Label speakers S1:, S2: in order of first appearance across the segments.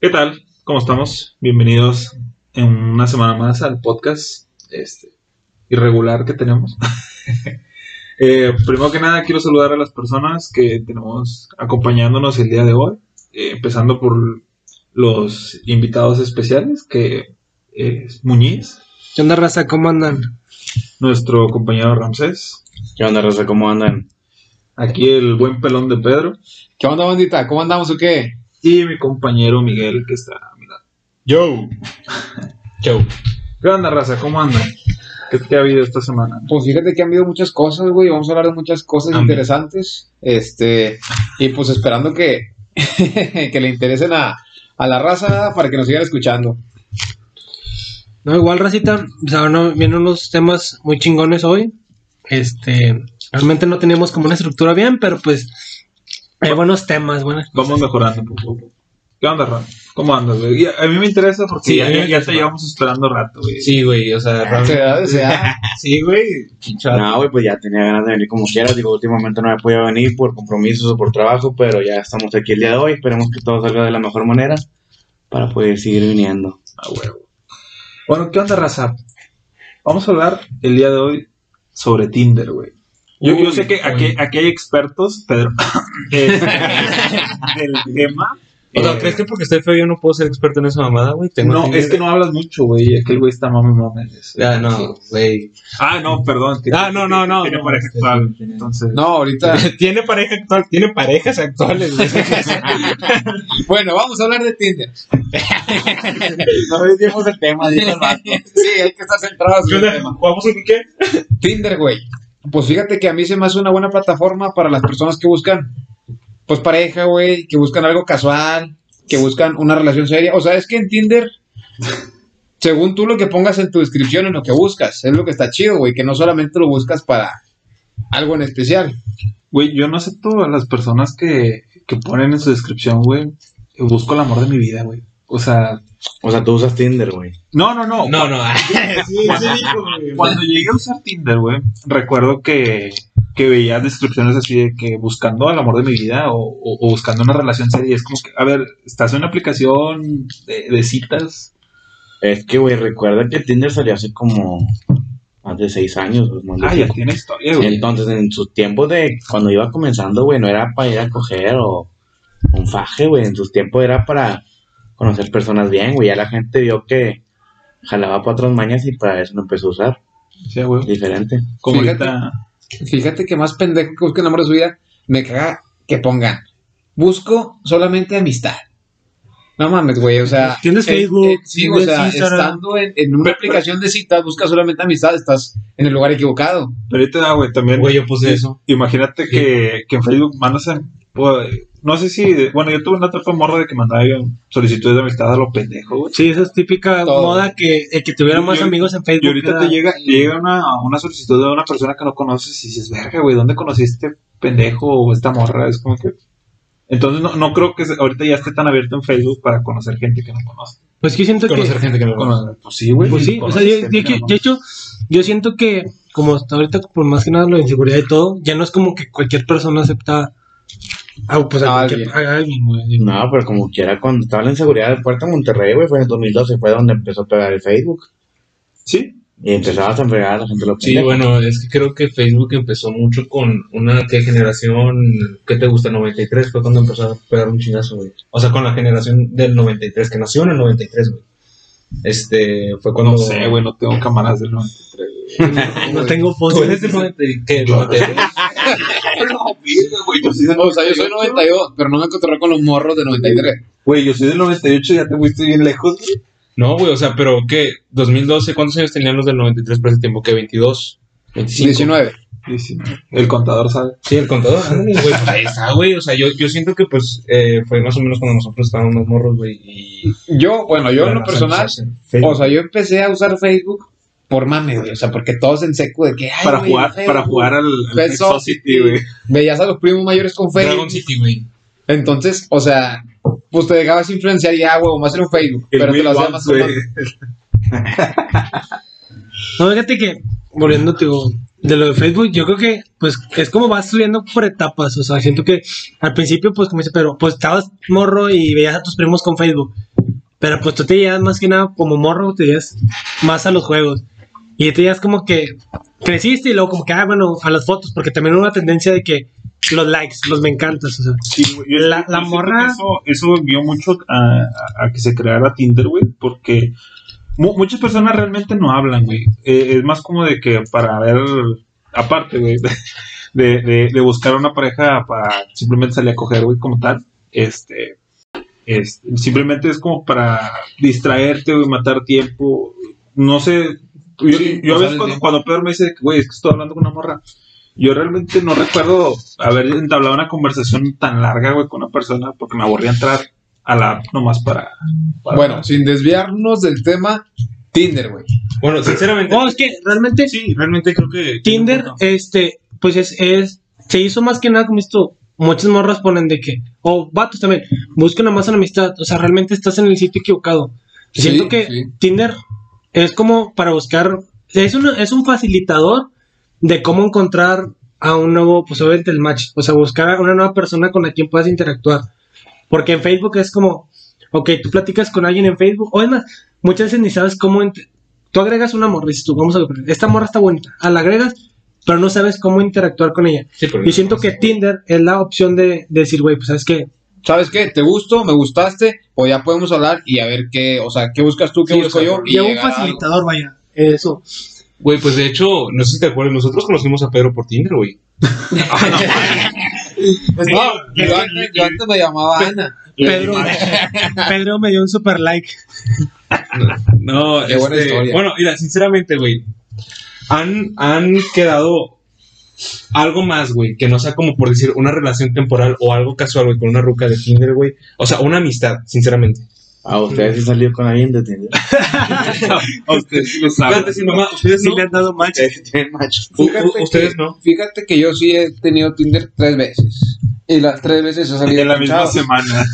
S1: ¿Qué tal? ¿Cómo estamos? Bienvenidos en una semana más al podcast este, irregular que tenemos. Eh, primero que nada, quiero saludar a las personas que tenemos acompañándonos el día de hoy, eh, empezando por los invitados especiales, que es Muñiz,
S2: ¿Qué onda, raza? ¿Cómo andan?
S1: nuestro compañero Ramsés,
S3: ¿Qué onda, Rosa? ¿Cómo andan?
S1: aquí el buen pelón de Pedro,
S4: ¿Qué onda, bandita? ¿Cómo andamos o qué?
S1: y mi compañero Miguel, que está a mi lado.
S3: Yo. Yo.
S1: ¿Qué onda, raza? ¿Cómo andan? ¿Qué te ha habido esta semana?
S4: Pues fíjate que han habido muchas cosas, güey. Vamos a hablar de muchas cosas
S1: Amén.
S4: interesantes. Este, y pues esperando que, que le interesen a, a la raza para que nos sigan escuchando.
S2: No, igual, racita, pues, ahora no- vienen unos temas muy chingones hoy. Este, realmente no teníamos como una estructura bien, pero pues hay buenos temas, buenas.
S1: Vamos mejorando poco a poco. ¿Qué onda, Ram? ¿Cómo andas, güey? Y A a mí me interesa porque
S3: Sí,
S1: ya,
S3: a mí me
S1: ya
S3: interesa.
S1: te llevamos esperando rato, güey.
S3: Sí, güey, o sea,
S4: Se
S3: realmente-
S4: da, se da.
S1: Sí, güey.
S3: No, güey, pues ya tenía ganas de venir como quiera. Digo, últimamente no me podía venir por compromisos o por trabajo, pero ya estamos aquí el día de hoy. Esperemos que todo salga de la mejor manera para poder seguir viniendo.
S1: A huevo. Bueno, ¿qué onda, raza? Vamos a hablar el día de hoy sobre Tinder, güey. Yo, yo
S2: Uy,
S1: sé que aquí,
S2: uy.
S1: aquí hay expertos, Pedro, este, del tema.
S5: O sea,
S1: Eh,
S5: ¿crees que porque estoy feo yo no puedo ser experto en esa mamada, güey? Tengo
S1: No, es que no hablas mucho, güey. Aquel güey está mami mami.
S5: Ah, no, güey.
S1: Ah, no, perdón. que-
S5: Ah, no, no, no.
S1: Tiene
S5: no,
S1: pareja
S5: este,
S1: actual.
S5: tiene-
S1: Entonces,
S4: No, ahorita.
S5: Tiene pareja actual, tiene parejas actuales, güey.
S4: Bueno, vamos a hablar de Tinder.
S3: No desviemos el tema,
S4: Sí, hay que estar centrados en el tema.
S5: ¿Vamos a qué?
S4: Tinder, güey. Pues fíjate que a mí se me hace una buena plataforma para las personas que buscan, pues pareja, güey, que buscan algo casual, que buscan una relación seria. O sea, es que en Tinder, según tú lo que pongas en tu descripción, en lo que buscas, es lo que está chido, güey, que no solamente lo buscas para algo en especial.
S1: Güey, yo no sé todas las personas que, que ponen en su descripción, güey. que Busco el amor de mi vida, güey. O sea,
S3: O sea, tú usas Tinder, güey.
S1: no, no, no.
S5: No, no. ah, sí, sí,
S1: Cuando llegué a usar Tinder, güey, recuerdo que, que veía descripciones así de que buscando el amor de mi vida o, o- o buscando una relación seria. Y Es como que, a ver, estás en una aplicación de, de citas.
S3: Es que, güey, recuerda que Tinder salió hace como más de seis años, güey. más de
S1: Ah, ya
S3: cinco.
S1: tiene historia, güey.
S3: Entonces, en sus tiempos de cuando iba comenzando, güey, no era para ir a coger o un faje, güey. En sus tiempos era para conocer personas bien, güey. Ya la gente vio que jalaba para otras mañas y para eso no empezó a usar.
S1: Sí, güey.
S3: Diferente.
S1: Como
S4: Fíjate.
S1: ahorita.
S4: Fíjate que más pendejo que busquen el amor de su vida, me caga que pongan, busco solamente amistad. No mames, güey, o sea...
S2: Tienes
S4: Eh,
S2: Facebook,
S4: eh, sí, o sea, estando en, en una aplicación de citas, buscas solamente amistad, estás en el lugar equivocado.
S1: Pero ahorita, güey, también.
S5: Güey, yo puse eso.
S1: Imagínate que, que en Facebook mandas a- pues, No sé si. Bueno, yo tuve una etapa morra de que mandaba yo solicitudes de amistad a los pendejos, güey.
S2: Sí, esa es típica
S4: Todo.
S2: moda que el que tuviera
S1: Yo-
S2: más
S1: yo-
S2: amigos en Facebook.
S1: Y ahorita
S2: era-
S1: te llega, te llega una, una solicitud de una persona que no conoces y dices, verga, güey, ¿dónde conociste pendejo o esta morra? Es como que. Entonces, no, no creo que se- ahorita ya esté tan abierto en Facebook para conocer gente que no conoce.
S2: Pues que siento que
S5: Conocer gente que no conoce.
S1: Cono- pues sí, güey.
S2: Pues sí, o
S1: conoces
S2: sea, yo,
S1: gente
S2: yo-
S1: que no
S2: yo- de hecho, yo siento que, como hasta ahorita, por más que nada lo de inseguridad y todo, ya no es como que cualquier persona acepta a, pues, a,
S4: A
S2: cualquier- a alguien, güey. digo.
S3: No, pero como quiera, cuando estaba la inseguridad del puerto de Monterrey, güey, fue en el 2012, fue donde empezó a pegar el Facebook.
S1: Sí,
S3: Y empezaba a entregar a la gente lo
S5: Sí, bueno, es que creo que Facebook empezó mucho con una que generación, ¿qué te gusta? 93 fue cuando empezó a pegar un chingazo, güey. O sea, con la generación del 93, que nació en el 93, güey. Este, fue cuando...
S1: no sé, güey, no tengo cámaras del 93.
S2: No tengo fotos.
S5: Tú Pues, eres del 93, ¿qué?
S1: Yo-
S5: 93.
S1: güey, yo soy del
S4: O sea, yo soy 92, pero no me encontré con los morros de 93.
S1: Güey, yo soy del 98, ya te fuiste bien lejos. güey.
S5: No, güey, o sea, pero ¿qué? 2012, ¿cuántos años tenían los del 93 para ese tiempo? ¿Qué? ¿22? ¿25?
S4: 19.
S1: Sí, sí, el contador sabe.
S5: Sí, el contador. ándale, güey, pues ahí está, güey. O sea, yo, yo siento que pues eh, fue más o menos cuando nosotros estábamos más morros, güey. Y...
S4: Yo, bueno, yo en lo
S5: Las
S4: personal,
S5: amistades.
S4: o sea, yo empecé a usar Facebook por mame, güey. O sea, porque todos en seco de que. ay,
S1: para
S4: güey,
S1: jugar,
S4: Facebook.
S1: para jugar al, al
S4: Pet
S1: Pet
S4: Society,
S1: Society, güey.
S4: Veías a los primos mayores con
S5: Dragon
S4: Facebook.
S5: City, güey.
S4: Entonces, o sea, pues te dejabas influenciar y ah, güey, vamos a hacer un Facebook.
S1: El
S4: pero te
S1: Will
S4: lo hacías
S1: Wants,
S4: más o
S1: güey.
S4: menos.
S2: No, fíjate que, volviendo, digo, de lo de Facebook, yo creo que, pues, es como vas subiendo por etapas, o sea, siento que al principio, pues, como dice, pero, pues, estabas morro y veías a tus primos con Facebook, Pero pues tú te llevas más que nada como morro, te llevas más a los juegos. Y te llevas como que creciste y luego como que, ah, bueno, a las fotos, porque también hubo una tendencia de que los likes, los me encantas, o sea.
S1: Sí, güey, yo-
S2: La-
S1: yo
S2: la
S1: siento
S2: morra-
S1: que Eso, eso guió mucho a, a- a que se creara Tinder, güey, porque mu- muchas personas realmente no hablan, güey. Eh, es más como de que para ver, aparte, güey, de, de, de buscar una pareja para simplemente salir a coger, güey, como tal. Este, es- simplemente es como para distraerte, güey, matar tiempo. No sé, yo,
S4: Sí,
S1: yo a veces
S4: pasar el
S1: cuando,
S4: tiempo.
S1: cuando Pedro me dice, güey, es que estoy hablando con una morra. Yo realmente no recuerdo haber entablado una conversación tan larga, güey, con una persona porque me aburría entrar a la app nomás para... para-
S4: Bueno, sin desviarnos del tema, Tinder, güey.
S5: Bueno, sinceramente,
S2: No, es que realmente
S1: sí, realmente creo que...
S2: Tinder, este, pues es, es, se hizo más que nada como esto. Muchas morras ponen de que, o vatos también, buscan más una amistad. O sea, realmente estás en el sitio equivocado.
S4: Sí,
S2: Siento que
S4: sí.
S2: Tinder es como para buscar, es, una- es un facilitador de cómo encontrar a un nuevo, pues obviamente el match. O sea, buscar a una nueva persona con la quien puedas interactuar. Porque en Facebook es como, ok, tú platicas con alguien en Facebook, o es más, muchas veces ni sabes cómo. int- Tú agregas una morra, dices tú, vamos a ver, esta morra está bonita, a la agregas, pero no sabes cómo interactuar con ella.
S5: sí, pero-
S2: Yo siento que Tinder es la opción de, de decir, güey, pues sabes que
S4: ¿Sabes qué? ¿Te gusto? ¿Me gustaste? O ya podemos hablar y a ver qué, o sea, ¿qué buscas tú? ¿Qué
S5: Sí, o
S4: busco
S5: sea,
S4: yo? Y
S2: lleva un
S4: llegar a algo.
S2: facilitador, vaya. Eso.
S5: Güey, pues de hecho, no sé si te acuerdas, nosotros conocimos a Pedro por Tinder, güey.
S4: No, yo, antes, yo antes me llamaba Ana.
S2: Pedro, Pedro me dio un super like.
S5: No,
S4: Qué buena
S5: este,
S4: historia.
S5: Bueno, mira, sinceramente, güey, han, han quedado algo más, güey, que no sea como por decir una relación temporal o algo casual, güey, con una ruca de Tinder, güey. O sea, una amistad, sinceramente.
S3: A ustedes sí salió con alguien de Tinder.
S1: A ustedes
S4: pues,
S1: sí lo saben.
S5: Espérate, sí, mamá, ustedes
S2: Sí
S5: no.
S2: le han dado match.
S3: Ustedes sí tienen macho.
S5: U- u-
S4: Fíjate
S5: ustedes
S4: que-
S5: no.
S4: Fíjate que yo sí he tenido Tinder tres veces. Y las tres veces he salido
S1: En la
S4: con
S1: misma
S4: chavas.
S1: semana.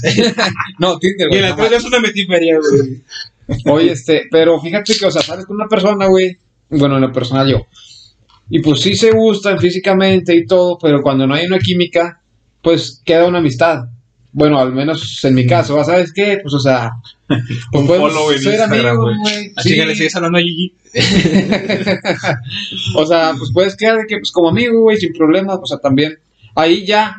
S4: No, Tinder,
S5: Y
S4: güey.
S5: en la
S4: no
S5: tres ya es una metiferia, güey.
S4: Oye, este, pero fíjate que, o sea, sales con una persona, güey. Bueno, en lo personal yo. Y pues sí se gustan físicamente y todo, pero cuando no hay una química, pues queda una amistad. Bueno, al menos en mi caso, ¿va? ¿sabes qué? Pues, o sea, pues
S1: Un follow en
S4: podemos ser
S1: Instagram,
S4: amigos,
S1: güey.
S4: güey.
S5: Así que le
S4: Sí.
S5: sigues hablando a Gigi.
S4: O sea, pues puedes quedar de que, pues, como amigo, güey, sin problema. O sea, también ahí ya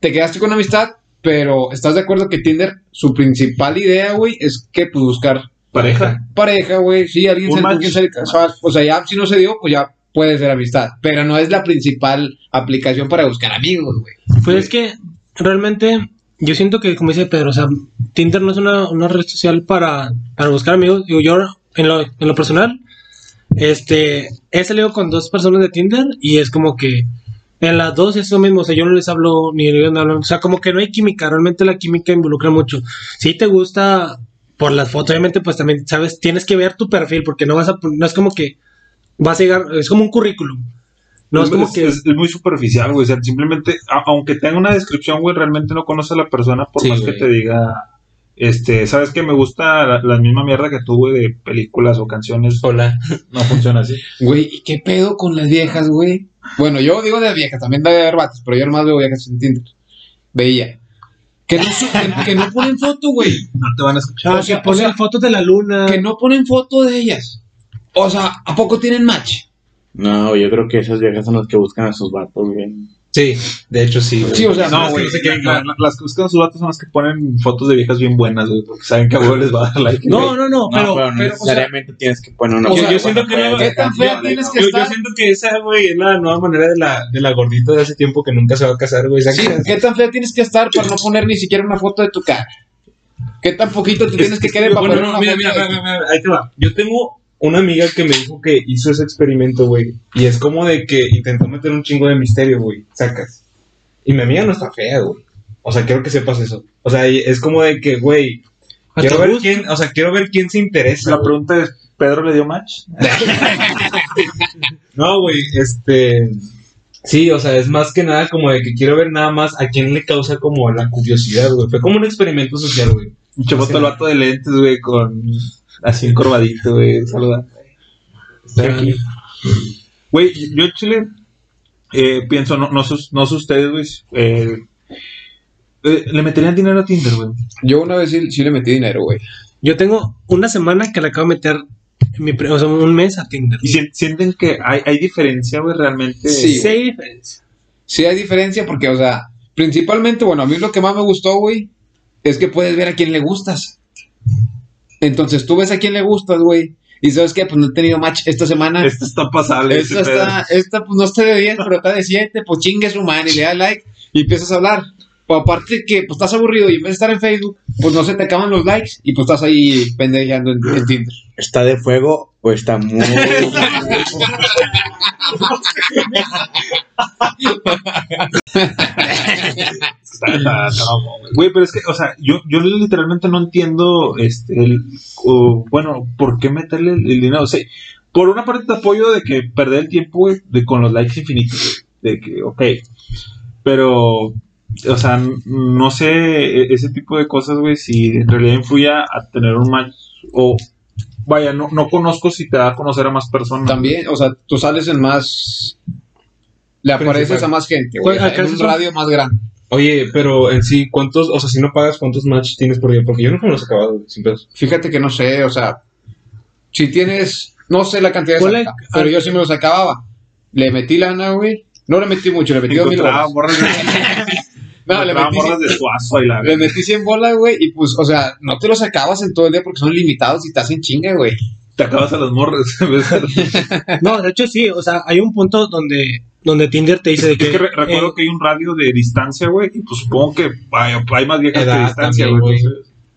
S4: te quedaste con amistad, pero estás de acuerdo que Tinder, su principal idea, güey, es que, pues, buscar
S1: Pareja.
S4: pareja, güey, sí, alguien
S1: Un
S4: se,
S1: match.
S4: alguien se casó, o sea, ya si no se dio, pues ya puede ser amistad, pero no es la principal aplicación para buscar amigos, güey.
S2: Pues es que realmente yo siento que, como dice Pedro, o sea, Tinder no es una, una red social para, para buscar amigos. Digo, yo, en lo, en lo personal, este, he salido con dos personas de Tinder y es como que en las dos es lo mismo. O sea, yo no les hablo ni ellos me hablan. O sea, como que no hay química. Realmente la química involucra mucho. Si te gusta por las fotos, obviamente, pues también, sabes, tienes que ver tu perfil porque no vas a, pon- no es como que vas a llegar, es como un currículum. No es como que
S1: es, es muy superficial, güey. O sea, simplemente, a- aunque tenga una descripción, güey, realmente no conoce a la persona por
S5: Sí,
S1: más que
S5: güey.
S1: te diga, este, sabes que me gusta la, la misma mierda que tú, güey, de películas o canciones.
S5: Hola.
S1: No funciona así.
S4: Güey, ¿y qué pedo con las viejas, güey? Bueno, yo digo de viejas, también de haber vatos, pero yo nomás veo viejas en Tinder. Veía. Que no, su- que, que no ponen foto, güey.
S1: No te van a escuchar.
S2: Ah,
S4: O sea,
S2: que ponen
S4: o sea,
S2: fotos de la luna.
S4: Que no ponen foto de ellas. O sea, ¿a poco tienen match?
S3: No, yo creo que esas viejas son las que buscan a sus vatos, güey.
S5: Sí, de hecho sí, güey.
S4: Sí, o sea,
S5: Son
S1: No,
S5: las que
S1: güey.
S5: no se quieren
S1: la-
S5: quedar.
S1: la- las que buscan sus datos son las que ponen fotos de viejas bien buenas, güey, porque saben que a huevo les va a dar like.
S2: no, no, no, pero,
S3: no
S2: pero, o sea,
S3: necesariamente tienes que poner una
S4: o
S5: Yo-
S4: sea,
S5: yo siento que no-
S4: ¿Qué tan fea tienes que
S5: Yo, yo
S4: estar?
S5: siento que esa, güey, es la nueva manera de la, de la gordita de hace tiempo que nunca se va a casar, güey. Esa
S4: Sí,
S5: que-
S4: ¿Qué tan fea tienes que estar para no poner ni siquiera una foto de tu cara? ¿Qué tan poquito te tienes que querer para
S5: Bueno,
S4: poner una
S5: no, mira,
S4: foto
S5: mira,
S4: de
S5: mira, mira, mira, ahí te va. Yo tengo una amiga que me dijo que hizo ese experimento, güey. Y es como de que intentó meter un chingo de misterio, güey. Sacas. Y mi amiga no está fea, güey. O sea, quiero que sepas eso. O sea, y es como de que, güey,
S2: ¿a
S5: quiero
S2: tu
S5: ver
S2: gusto?
S5: quién, o sea, quiero ver quién se interesa.
S1: La
S5: güey.
S1: pregunta es, ¿Pedro le dio match?
S5: No, güey, este sí, o sea, es más que nada como de que quiero ver nada más a quién le causa como la curiosidad, güey. Fue como un experimento social, güey.
S1: Pinche foto el vato de lentes, güey, con así encorvadito, güey, saluda.
S5: aquí.
S1: Güey, yo en Chile eh, pienso, no, no, sé- no sé ustedes, güey, eh, eh, le meterían dinero a Tinder, güey.
S4: Yo una vez sí, sí le metí dinero, güey.
S2: Yo tengo una semana que le acabo de meter mi pre- o sea, un mes a Tinder.
S1: Y sien- sienten que hay, hay diferencia, güey, realmente.
S4: Sí.
S2: Sí, hay diferencia.
S4: Sí hay diferencia porque, o sea, principalmente, bueno, a mí lo que más me gustó, güey, es que puedes ver a quién le gustas. Entonces tú ves a quién le gustas, güey. Y sabes que, pues no he tenido match esta semana.
S1: Esto está pasable.
S4: Esta,
S1: ese pedo.
S4: está, esta pues no está de 10, pero está de 7, pues chingue su man y le da like y empiezas a hablar. Pues aparte que pues estás aburrido y en vez de estar en Facebook, pues no se te acaban los likes y pues estás ahí pendejando en, en Tinder.
S3: ¿Está de fuego o está muy...
S1: Está- está- está mamón, güey. Güey, pero es que, o sea, yo, yo literalmente no entiendo, este, el, o, bueno, ¿por qué meterle el, el dinero? O sea, por una parte te apoyo de que perder el tiempo, güey, de, con los likes infinitos, güey, de que, ok, pero, o sea, n- no sé e- ese tipo de cosas, güey, si en realidad influya a tener un match, o, vaya, no, no conozco si te da a conocer a más personas.
S4: También, o sea, tú sales en más... Le apareces a más gente, güey.
S2: Oye, acá
S4: En
S2: es
S4: un
S2: eso.
S4: radio más grande.
S5: Oye, pero en sí, ¿cuántos? O sea, si no pagas, ¿cuántos match tienes por día? Porque yo nunca me los he acabado, güey, sin pedos.
S4: Fíjate que no sé, o sea, si tienes, no sé la cantidad de
S2: Ponle-
S4: saca, pero yo sí me los acababa. Le metí lana, güey. No le metí mucho, le metí dos mil
S1: Encontraba
S4: bolas.
S1: morras de-
S4: No, le
S1: encontraba
S4: metí,
S1: morras de Suazo y la
S4: le metí 100 bolas, güey, y pues, o sea, no te los acabas en todo el día porque son limitados y estás en chinga, güey.
S1: te acabas a las morras. en vez de-
S2: No, de hecho sí, o sea, hay un punto donde, donde Tinder te dice de
S1: Es
S2: que...
S1: que re- recuerdo
S2: eh,
S1: que hay un radio de distancia, güey, y pues supongo que hay, hay más viejas
S5: Edad
S1: que distancia,
S5: también,
S1: güey.
S5: güey.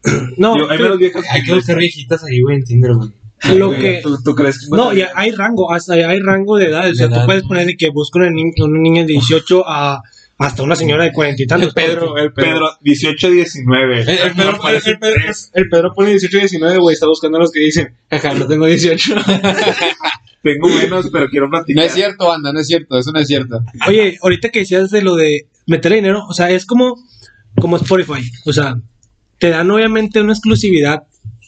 S1: entonces-
S2: no,
S1: Digo, hay menos viejas
S5: Hay que buscar viejitas ahí, güey, en Tinder, güey.
S2: lo
S1: güey.
S5: eh,
S2: que...
S1: ¿Tú, tú crees que.?
S2: No, y hay rango, hasta hay rango de edad. O sea,
S5: pues, De
S2: tú
S5: edad,
S2: puedes
S5: ¿no?
S2: poner de que busca una, ni- una niña de 18 a hasta una señora de cuarenta y tantos.
S5: Pedro, el
S1: Pedro, 18 a 19.
S5: Eh, El, el Pedro,
S1: No parece
S5: el Pedro-
S1: tres.
S5: el Pedro pone 18 y 19, güey. Está buscando a los que dicen, jaja, no tengo 18.
S1: Tengo menos, pero quiero platicar.
S4: No es cierto, anda, no es cierto, eso no es cierto.
S2: Oye, ahorita que decías de lo de meterle dinero, o sea, es como, como Spotify. O sea, te dan obviamente una exclusividad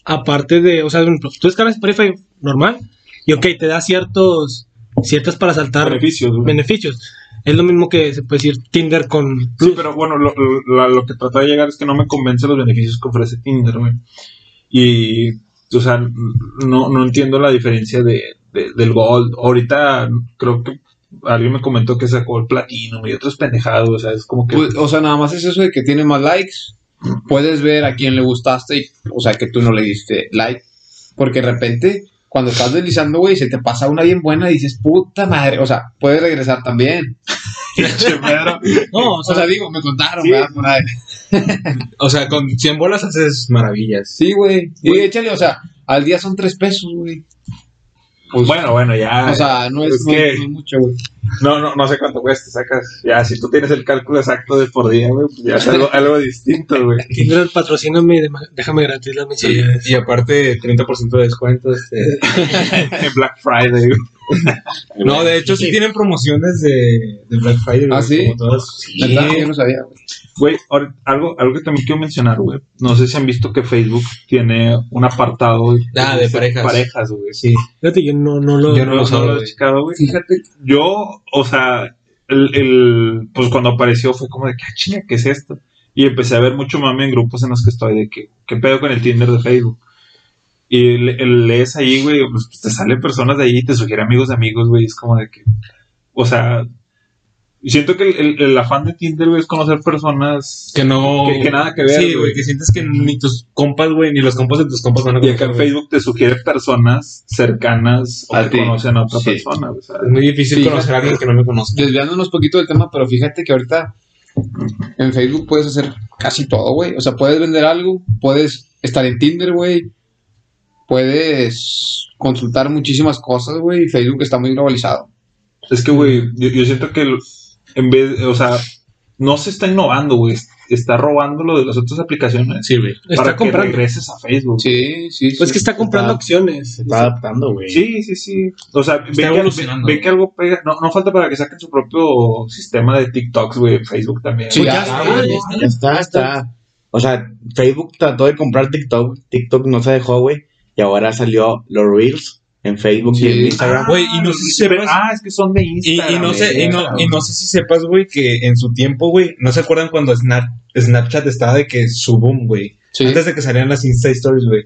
S2: aparte de, o sea, por ejemplo, tú descargas Spotify normal y ok, te da ciertos, ciertas para saltar beneficios.
S1: Beneficios, güey.
S2: Es lo mismo que se puede decir Tinder con
S1: Sí, pero bueno, lo, lo- la- lo que trataba de llegar es que no me convence los beneficios que ofrece Tinder, güey. Y, o sea, no, no entiendo la diferencia de, de- del Gold. Ahorita creo que alguien me comentó que sacó el platino y otros pendejados, o sea, es como que.
S4: Pues, o sea, nada más es eso de que tiene más likes. Puedes ver a quién le gustaste, y, o sea, que tú no le diste like. Porque de repente, cuando estás deslizando, güey, se te pasa una bien buena y dices, puta madre. O sea, puedes regresar también.
S1: Pinche Pedro.
S2: No, o
S4: O
S2: sea,
S4: sea, digo, me contaron,
S1: Sí.
S4: ¿verdad? Por ahí.
S5: O sea, con 100 bolas haces maravillas.
S4: Sí, güey. Güey, échale, o sea, al día son tres pesos, güey. Pues,
S1: bueno, bueno, ya.
S4: O sea, no es,
S1: es
S4: no es-
S1: que-
S4: no es mucho, güey.
S1: No, no, no sé cuánto cuesta, sacas. Ya, si tú tienes el cálculo exacto de por día, güey, pues ya es algo, algo distinto, güey.
S2: Tinder patrocíname, dema- déjame gratis las
S5: Y,
S2: mensualidades.
S5: y aparte, 30% de descuento. este.
S1: En Black Friday, güey.
S5: No, de hecho, sí tienen promociones de, de Black Friday.
S4: ¿Ah,
S5: güey,
S4: sí?
S5: como todas.
S4: Neta, Yo no sabía, güey.
S1: Güey, ahora- algo, algo que también quiero mencionar, güey. No sé si han visto que Facebook tiene un apartado güey,
S5: Ah,
S1: que
S5: de
S1: dice
S5: parejas.
S1: Parejas, güey.
S5: Sí.
S2: Fíjate, yo no, no lo...
S5: Yo no lo
S1: No,
S5: usaba,
S1: no lo he
S5: güey.
S1: checado, güey.
S4: Fíjate.
S1: Yo, o sea, el, el- pues cuando apareció fue como de que, "Ah, chinga, ¿qué es esto? Y empecé a ver mucho mame en grupos en los que estoy, de que, ¿qué pedo con el Tinder de Facebook? Y le- el- lees ahí, güey, pues te salen personas de ahí y te sugiere amigos de amigos, güey, es como de que, o sea, siento que el, el- el afán de Tinder, güey, es conocer personas
S5: Que no.
S1: Que- que nada que ver,
S5: Sí,
S1: güey.
S5: güey. Que sientes que ni tus compas, güey, ni los compas de tus compas van a
S1: y acá en
S5: güey.
S1: Facebook te sugiere personas cercanas o
S4: A
S1: que
S4: ti.
S1: conocen a otra
S4: Sí.
S1: persona, güey, ¿sabes?
S5: Es muy difícil
S4: Sí,
S5: conocer a alguien que no me conozca.
S4: Desviándonos poquito del tema, pero fíjate que ahorita en Facebook puedes hacer casi todo, güey. O sea, puedes vender algo, puedes estar en Tinder, güey. Puedes consultar muchísimas cosas, güey. y Facebook está muy globalizado.
S1: Es que, güey, yo, yo siento que el- en vez, o sea, no se está innovando, güey. es- Está robando lo de las otras aplicaciones
S5: Sí, güey.
S2: Está
S1: para
S2: comprando.
S1: que regreses a Facebook. Sí,
S4: Sí, sí.
S2: Pues
S4: sí.
S2: que está comprando acciones.
S3: Se está adaptando, güey.
S1: sí, sí. O sea, ve que, ve,
S5: evolucionando,
S1: ve
S5: güey.
S1: que algo pega. No, no falta para que saquen su propio sistema de TikToks, güey. Facebook también.
S4: Sí,
S1: güey.
S4: ya
S2: está,
S4: está,
S2: ya está.
S4: ya
S3: Está, está. O sea, Facebook trató de comprar TikTok. TikTok no se dejó, güey. Y ahora salió los Reels. en Facebook
S4: Sí.
S3: y en Instagram.
S5: Güey, y no sé si
S1: Pero-
S5: sepas-
S1: Ah, es que son de
S5: Y,
S1: Instagram.
S5: y no sé, y, no, y no sé si sepas, güey, que en su tiempo, güey, ¿no se acuerdan cuando Snap- Snapchat estaba de que su boom, güey?
S4: Sí.
S5: Antes de que salieran las Insta Stories, güey.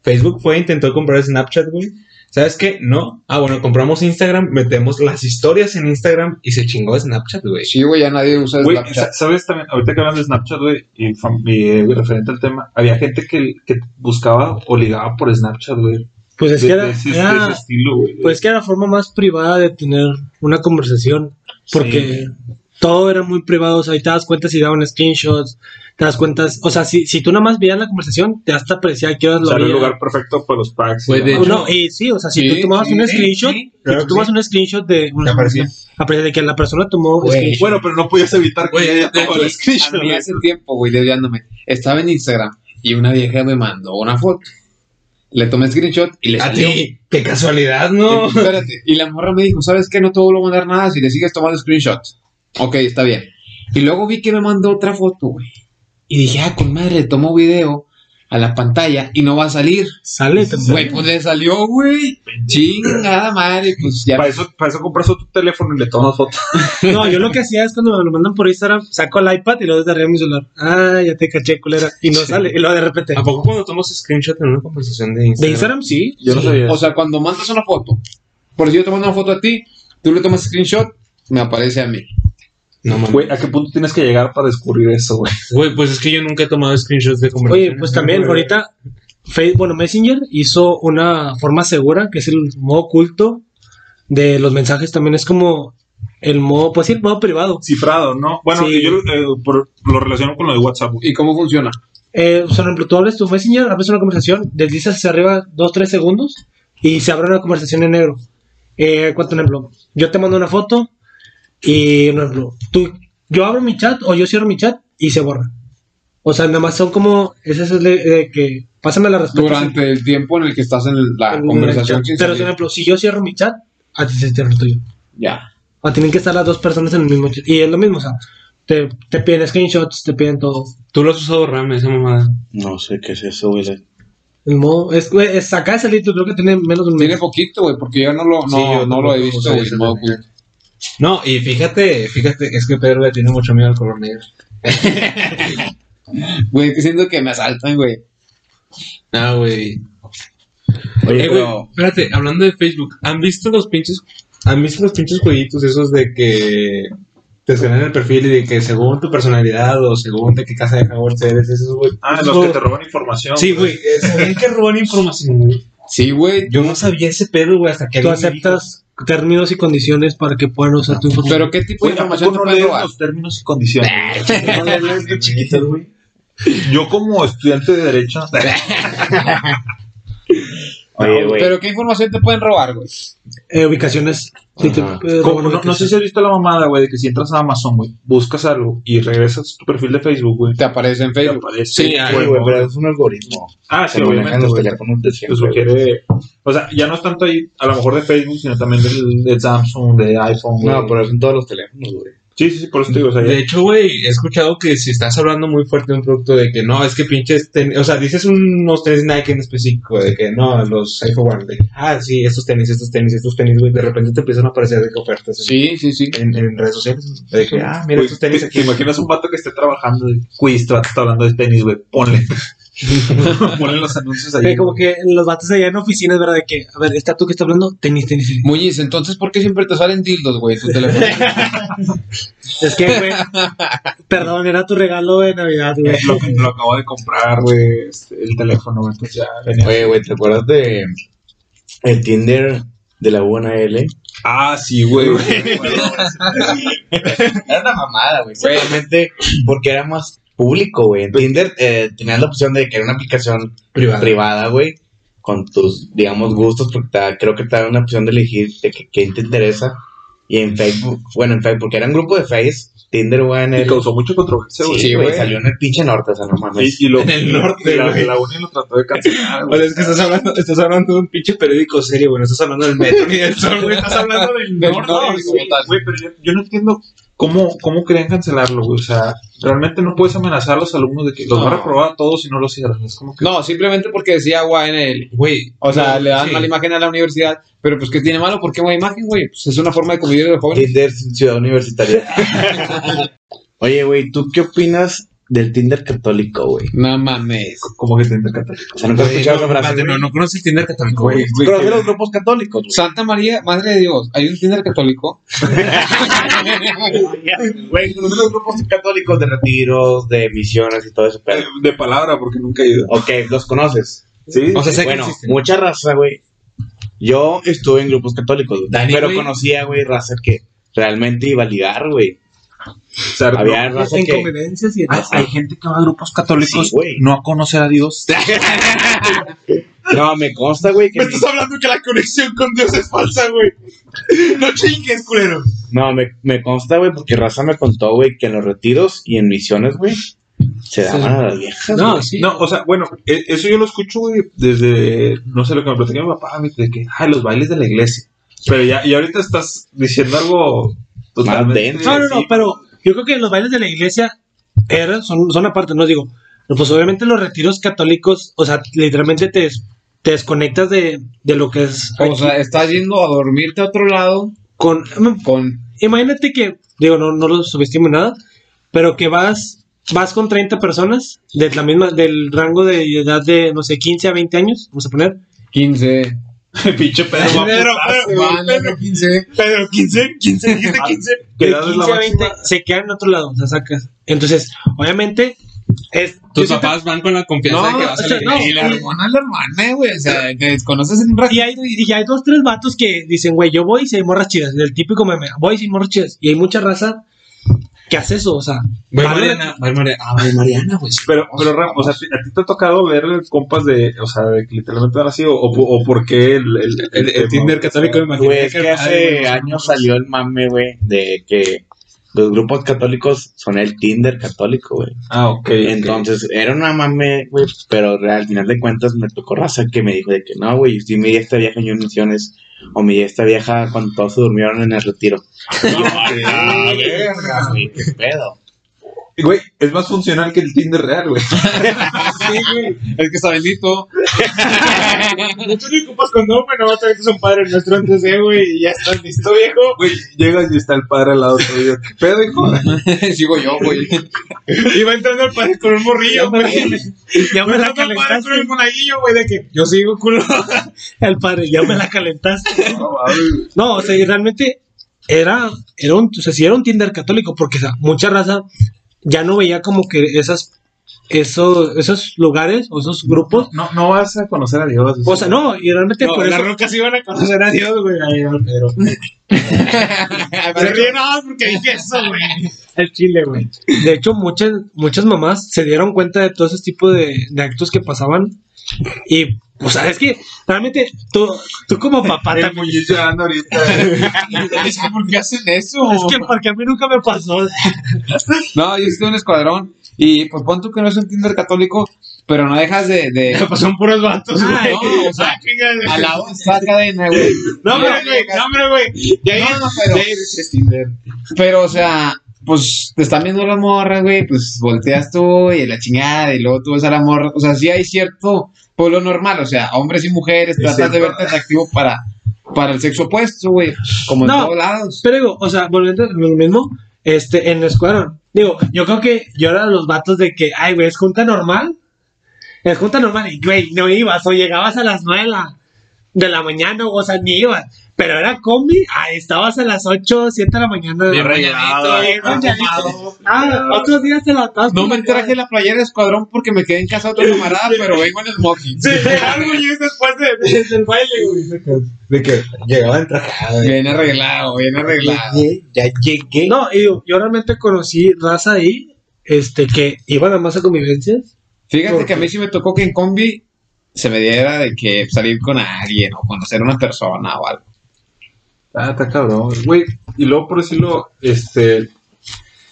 S5: Facebook fue, intentó comprar Snapchat, güey. ¿Sabes qué? No. Ah, bueno, compramos Instagram, metemos las historias en Instagram y se chingó Snapchat, güey.
S4: Sí, güey, ya nadie usa
S1: Güey,
S4: Snapchat.
S1: sa- ¿sabes también? Ahorita que hablan de Snapchat, güey, y, fam- y, eh, referente al tema, había gente que, que buscaba o ligaba por Snapchat, güey.
S2: Pues es
S1: de,
S2: que era,
S1: de ese,
S2: era-
S1: de ese estilo, güey.
S2: pues que era la forma más privada de tener una conversación. Porque todo era muy privado. O sea, ahí te das cuenta si daban screenshots, te das cuenta. O sea, si, si tú nada más veías la conversación, te hasta parecía que eras
S1: o sea, era el
S2: lo
S1: lugar perfecto para los packs.
S5: Güey,
S1: y
S5: de
S1: demás.
S5: hecho-
S2: no, y sí, o sea, si
S4: Sí,
S2: tú tomabas
S4: sí,
S2: un
S4: sí,
S2: screenshot,
S4: sí,
S5: claro
S2: si tú tomas
S5: que
S2: un screenshot de,
S5: ¿Te aparecía?
S2: aparece de que la persona tomó
S4: Güey.
S2: screenshot.
S1: bueno, pero no podías evitar que
S5: Güey,
S1: haya
S5: de
S1: tomado el
S5: hecho,
S1: screenshot,
S4: A mí
S1: güey.
S4: hace tiempo, güey, desviándome. Estaba en Instagram y una vieja me mandó una foto. Le tomé screenshot y le
S5: A
S4: salió.
S5: ti, qué casualidad, ¿no?
S4: Espérate. Y la morra me dijo, ¿sabes qué? No te vuelvo a mandar nada si le sigues tomando screenshot. Ok, está bien. Y luego vi que me mandó otra foto, güey. Y dije, ah, con madre, le tomo video a la pantalla y no va a salir.
S2: Sale, te-
S4: Güey, pues le salió, güey. Chingada madre, pues ya.
S1: Para eso, para eso compras otro teléfono y le tomas fotos.
S2: No, yo lo que hacía es cuando me lo mandan por Instagram, saco el iPad y lo descargué mi celular. Ah, ya te caché, culera. Y no sale. Y luego de repente.
S5: ¿A poco cuando tomas screenshot en una conversación de
S2: De
S5: Instagram?
S2: Instagram sí.
S1: Yo no
S4: Sí,
S1: sabía.
S4: O sea, cuando mandas una foto, por si yo tomando una foto a ti, tú le tomas screenshot, me aparece a mí.
S5: No mames.
S1: Güey, ¿a qué punto tienes que llegar para descubrir eso, güey?
S5: Güey, pues es que yo nunca he tomado screenshots de conversación.
S2: Oye, pues también ahorita, Facebook, bueno, Messenger hizo una forma segura, que es el modo oculto de los mensajes. También es como el modo, pues sí, el modo privado.
S1: Cifrado, ¿no? Bueno,
S2: Sí.
S1: yo eh, por- lo relaciono con lo de WhatsApp. güey.
S4: ¿Y cómo funciona?
S2: Eh, o sea, por ejemplo, tú abres tu Messenger, abres una conversación, deslizas hacia arriba 2-3 segundos y se abre una conversación en negro. Eh, ¿Cuánto ejemplo? Yo te mando una foto y, por ejemplo, tú, yo abro mi chat o yo cierro mi chat y se borra. O sea, nada más son como, ese es el de, de que, pásame la respuesta.
S4: Durante el tiempo en el que estás en la
S2: En-
S4: Ah, conversación. sin
S2: Pero, por
S4: salir.
S2: ejemplo, si yo cierro mi chat, a ti se cierra el tuyo.
S4: Ya.
S2: O tienen que estar las dos personas en el mismo chat. Y es lo mismo, o sea, te, te piden screenshots, te piden todo.
S5: Tú lo has usado RAM, esa mamada.
S3: No sé qué es eso, güey.
S2: El modo, es, es, acá es el hito, creo que tiene menos de un
S4: Tiene
S2: mes.
S4: poquito, güey, porque yo no lo, no,
S5: Sí, yo
S4: no lo he
S5: tampoco
S4: visto,
S5: uso
S4: güey.
S5: ese
S4: no,
S5: también.
S4: güey.
S5: No, y fíjate, fíjate, es que Pedro le tiene mucho miedo al color negro.
S4: Güey, que siento que me asaltan, güey.
S5: Ah, güey.
S3: Oye,
S5: Eh, güey, espérate, hablando de Facebook, ¿han visto los pinches, han visto los pinches jueguitos esos de que te escanean el perfil y de que según tu personalidad o según de qué casa de favor eres, esos, güey?
S1: Ah,
S5: Esos
S1: los que
S5: juegos-
S1: te roban información.
S5: Sí, güey, eh, sabían que roban información, güey.
S4: Sí, güey.
S5: Yo no sabía ese pedo, güey, hasta que
S2: Tú
S5: alguien me dijo.
S2: aceptas términos y condiciones para que puedan usar tu información.
S4: Pero qué tipo de
S1: Güey, ¿a
S4: información
S1: poco
S4: te
S1: no
S4: pueden
S1: lees
S4: robar?
S1: los términos y condiciones?
S5: No le hables de chiquitos, güey.
S1: Yo como estudiante de derecho,
S3: Oye, güey.
S4: Pero qué información te pueden robar, güey.
S2: Eh, ubicaciones. sí, te-
S5: Ajá.
S2: eh,
S1: como- no,
S2: ubicaciones.
S1: no sé si has visto la mamada, güey, de que si entras a Amazon, güey, buscas algo y regresas tu perfil de Facebook, güey,
S4: Te aparece en
S1: te
S4: Facebook.
S1: aparece.
S5: Sí, ah,
S3: Sí,
S1: güey,
S3: güey,
S1: güey.
S3: pero es un algoritmo.
S1: Ah,
S3: Se
S1: sí,
S3: manejan
S1: obviamente,
S3: los
S1: güey.
S3: teléfonos de
S1: Te
S3: siempre, güey.
S1: sugiere... O sea, ya no es tanto ahí, a lo mejor de Facebook, sino también del, de Samsung, de iPhone, güey.
S3: No, pero es en todos los teléfonos, güey.
S1: Sí, sí, sí, por eso te digo, o sea,
S5: De
S1: ya-
S5: hecho, güey, he escuchado que si estás hablando muy fuerte de un producto de que no, es que pinches, ten- o sea, dices unos tenis Nike en específico, de que no, los Air Force One, de que, ah, sí, estos tenis, estos tenis, estos tenis, güey, de repente te empiezan a aparecer de que ofertas en-
S4: Sí, sí, sí.
S5: en, en redes sociales, de que, ah, mira
S1: güey,
S5: estos tenis
S1: te-
S5: aquí.
S1: Te imaginas un vato que esté trabajando y, güey, este vato está hablando de tenis, güey, ponle. ponle los anuncios ahí.
S2: Eh, como que los vatos allá en oficinas, ¿verdad? De que, a ver, está tú que está hablando, tenis, tenis, tenis.
S4: Muñiz, entonces, ¿por qué siempre te salen dildos, güey, en tu teléfono?
S2: Es que, güey, perdón, era tu regalo de Navidad, güey.
S1: Eh, lo, lo acabo de comprar, güey, este, el teléfono, güey, entonces ya venía.
S3: Oye, güey, ¿te acuerdas de el Tinder de la UNL?
S1: Ah, sí, güey. güey, güey.
S3: Era una mamada, güey. Obviamente, porque era más público, güey. En Tinder eh, tenías la opción de que era una aplicación
S5: Privada.
S3: privada, güey. Con tus, digamos, gustos, porque te da- creo que te da una opción de elegir de que- quién te interesa. Y en Facebook, bueno, en Facebook, porque era un grupo de Face, Tinder,
S1: Y
S3: UNL.
S1: causó mucha controversia, güey.
S3: Sí,
S4: Sí,
S3: güey,
S4: güey.
S3: salió en el pinche norte, o sea, no mames.
S1: Y, y lo,
S5: En el norte,
S1: y la,
S5: güey.
S1: la uni lo trató de cancelar,
S5: O
S1: güey.
S5: sea, es que estás hablando, estás hablando de un pinche periódico serio, güey, no estás hablando del metro ni del sol, güey, estás hablando del
S4: Del
S5: norte.
S4: norte,
S5: güey.
S4: como tal.
S1: Güey, pero yo, yo no entiendo cómo, cómo querían cancelarlo, güey. O sea, Realmente no puedes amenazar a los alumnos de que los
S4: No.
S1: va a reprobar a todos si no los cierran. Es como que.
S4: No, simplemente porque decía YNL.
S5: Güey.
S4: O sea,
S5: no,
S4: le dan
S5: sí.
S4: mala imagen a la universidad, pero pues ¿qué tiene malo? ¿Por qué mala imagen, güey? Pues es una forma de convivir de los jóvenes.
S6: Tinder Ciudad Universitaria. Oye, güey, ¿tú qué opinas del Tinder católico, güey?
S4: No mames.
S1: Como que te intercata.
S6: O sea, nunca has
S5: Güey,
S6: escuchado esa
S5: no,
S6: frase.
S5: espérate,
S6: güey?
S5: No, no conoces el Tinder católico, güey.
S4: güey,
S6: Pero
S4: que-
S6: de los grupos católicos, güey.
S4: Santa María, Madre de Dios, hay un Tinder católico.
S6: Güey, conocer los grupos católicos de retiros, de misiones y todo eso, pero.
S1: De palabra, porque nunca he ido.
S6: Ok, los conoces.
S1: Sí.
S5: O sea, sé que
S6: Bueno,
S5: existen.
S6: mucha raza, güey. Yo estuve en grupos católicos, güey,
S5: Dani,
S6: pero
S5: güey.
S6: conocía, güey, raza que realmente iba a ligar, güey.
S1: o sea,
S6: Había
S1: no-
S6: raza que.
S2: Inconveniencias y
S1: hay, hay gente que va a grupos católicos
S6: Sí, güey.
S1: no a conocer a Dios.
S6: No, me consta, güey, que. mi-
S5: hablando que la conexión con Dios es falsa, güey. No chingues, culero.
S6: No, me, me consta, güey, porque raza me contó, güey, que en los retiros y en misiones, güey, se daban a las viejas.
S2: No, sí.
S1: No, o sea, bueno, e- eso yo lo escucho, güey, desde, no sé, lo que me platicó mi papá, güey, de que, ay, los bailes de la iglesia. Pero ya, y ahorita estás diciendo algo totalmente...
S6: denso.
S2: No, no, no, pero yo creo que los bailes de la iglesia eran, son, son aparte, no digo. Pues obviamente los retiros católicos, o sea, literalmente te, des- te desconectas de, de lo que es.
S4: O sea, estás yendo a dormirte a otro lado
S2: con,
S4: con...
S2: imagínate que, digo, no, no lo subestimo en nada, pero que vas, vas con 30 personas de la misma, del rango de edad de, no sé, 15 a 20 años, vamos a poner.
S4: 15.
S1: Pinche pedo, va a apuntarse, güey.
S4: Van, los 15.
S5: Pero 15, 15, dijiste 15.
S1: ¿Qué
S2: De
S1: Ah, edad es la
S2: 15 a 20
S1: máxima?
S2: se quedan en otro lado, o sea, sacas. Entonces, obviamente, es, yo
S5: Tus
S2: siento-
S5: papás van con la confianza
S4: No,
S5: de que vas
S2: o
S5: a
S2: sea,
S5: la
S2: no.
S5: iglesia.
S4: Y la hermana es la hermana, güey. O sea, que desconoces en un rato.
S2: Y hay, y hay dos, tres vatos que dicen, güey, yo voy y si hay morras chidas. El típico meme, voy y si hay morras chidas. Y hay mucha raza que hace eso, o sea.
S5: Güey,
S2: van a-
S5: Mariana, güey, Mariana. Ah, güey, Mariana, güey.
S1: Pero, pero, Ram, o sea, ¿a ti te ha tocado ver compas de, o sea, de que literalmente van así, o, o, o por qué el, el, el
S5: El,
S1: tema?
S5: el Tinder católico me
S6: Güey,
S5: imaginé
S6: es que hace años salió el mame, güey, de que los grupos católicos son el Tinder católico, güey.
S1: Ah, ok.
S6: Entonces, era una mame, güey, pero re- al final de cuentas me tocó raza que me dijo de que no, güey, si miré a esta vieja yo en misiones, o miré a esta vieja cuando todos se durmieron en el retiro. Ah, verga, güey, qué pedo.
S1: ok. Güey, es más funcional que el Tinder real, güey.
S4: Es que está bendito.
S1: Güey, llegas y está el padre al lado tuyo. ¿Qué pedo, hijo?
S4: Sigo yo, güey.
S5: Iba entrando al padre con un morrillo,
S2: Ya me la calentaste. Yo sigo, culo. El padre, ya me la calentaste.
S1: No, mames.
S2: No, o sea, y realmente era, era un, o sea, sí era un Tinder católico, porque o sea, mucha raza ya no veía como que esas, esos, esos lugares o esos grupos.
S1: no, no vas a conocer a Dios.
S2: O sea, no, y realmente por eso.
S5: rocas iban a conocer a Dios, güey.
S4: Se ríe nada porque dije eso, güey.
S2: El chile, güey. De hecho, muchas, muchas mamás se dieron cuenta de todo ese tipo de, de actos que pasaban. Y, o sea, es que realmente tú, tú como papá
S1: El
S2: también.
S1: muñiz llorando ahorita.
S4: Es que, ¿por qué hacen eso?
S2: Es que porque a mí nunca me pasó.
S4: No, yo estoy en un escuadrón y pues pon tú que no es un Tinder católico, pero no dejas de... de...
S5: Son puros vatos,
S2: güey. Ah,
S4: No, o sea, a la otra cadena, güey.
S2: No,
S4: No,
S2: pero, güey,
S4: no,
S2: hombre, güey.
S4: No, no, pero... Pero, o sea, pues te están viendo las morras, güey, pues volteas tú y la chingada y luego tú ves a la morra. O sea, sí hay cierto pueblo normal, o sea, hombres y mujeres,
S1: Es
S4: tratas de
S1: cierto.
S4: verte atractivo para, para el sexo opuesto, güey, como en
S2: No.
S4: todos lados.
S2: Pero digo, o sea, volviendo a lo mismo, este, en el escuadrón. Digo, yo creo que yo era de los vatos de que, ay, güey, es junta normal. Es junta normal. Y, güey, no ibas o llegabas a las nueve de la- de la mañana, o sea, ni ibas. Pero era combi, ahí estabas a las 8, 7 de la mañana.
S5: Bien
S2: Ah, bien bañadito. Ah, otros días te la acabas
S4: No
S2: con
S4: me
S2: la cara.
S4: traje la playera de escuadrón porque me quedé en casa de otro camarada, pero vengo en el smoking.
S5: algo y es después de- del baile, güey.
S1: De que llegaba el traje.
S4: Bien arreglado, bien arreglado.
S6: Ya llegué.
S2: No, y yo, yo realmente conocí raza ahí, este, que iba nada más a convivencias.
S4: Fíjate
S2: ¿Por
S4: que a mí sí me tocó que en combi se me diera de que salir con alguien o conocer a una persona o algo.
S1: Ah, está cabrón. Güey, y luego por decirlo, este,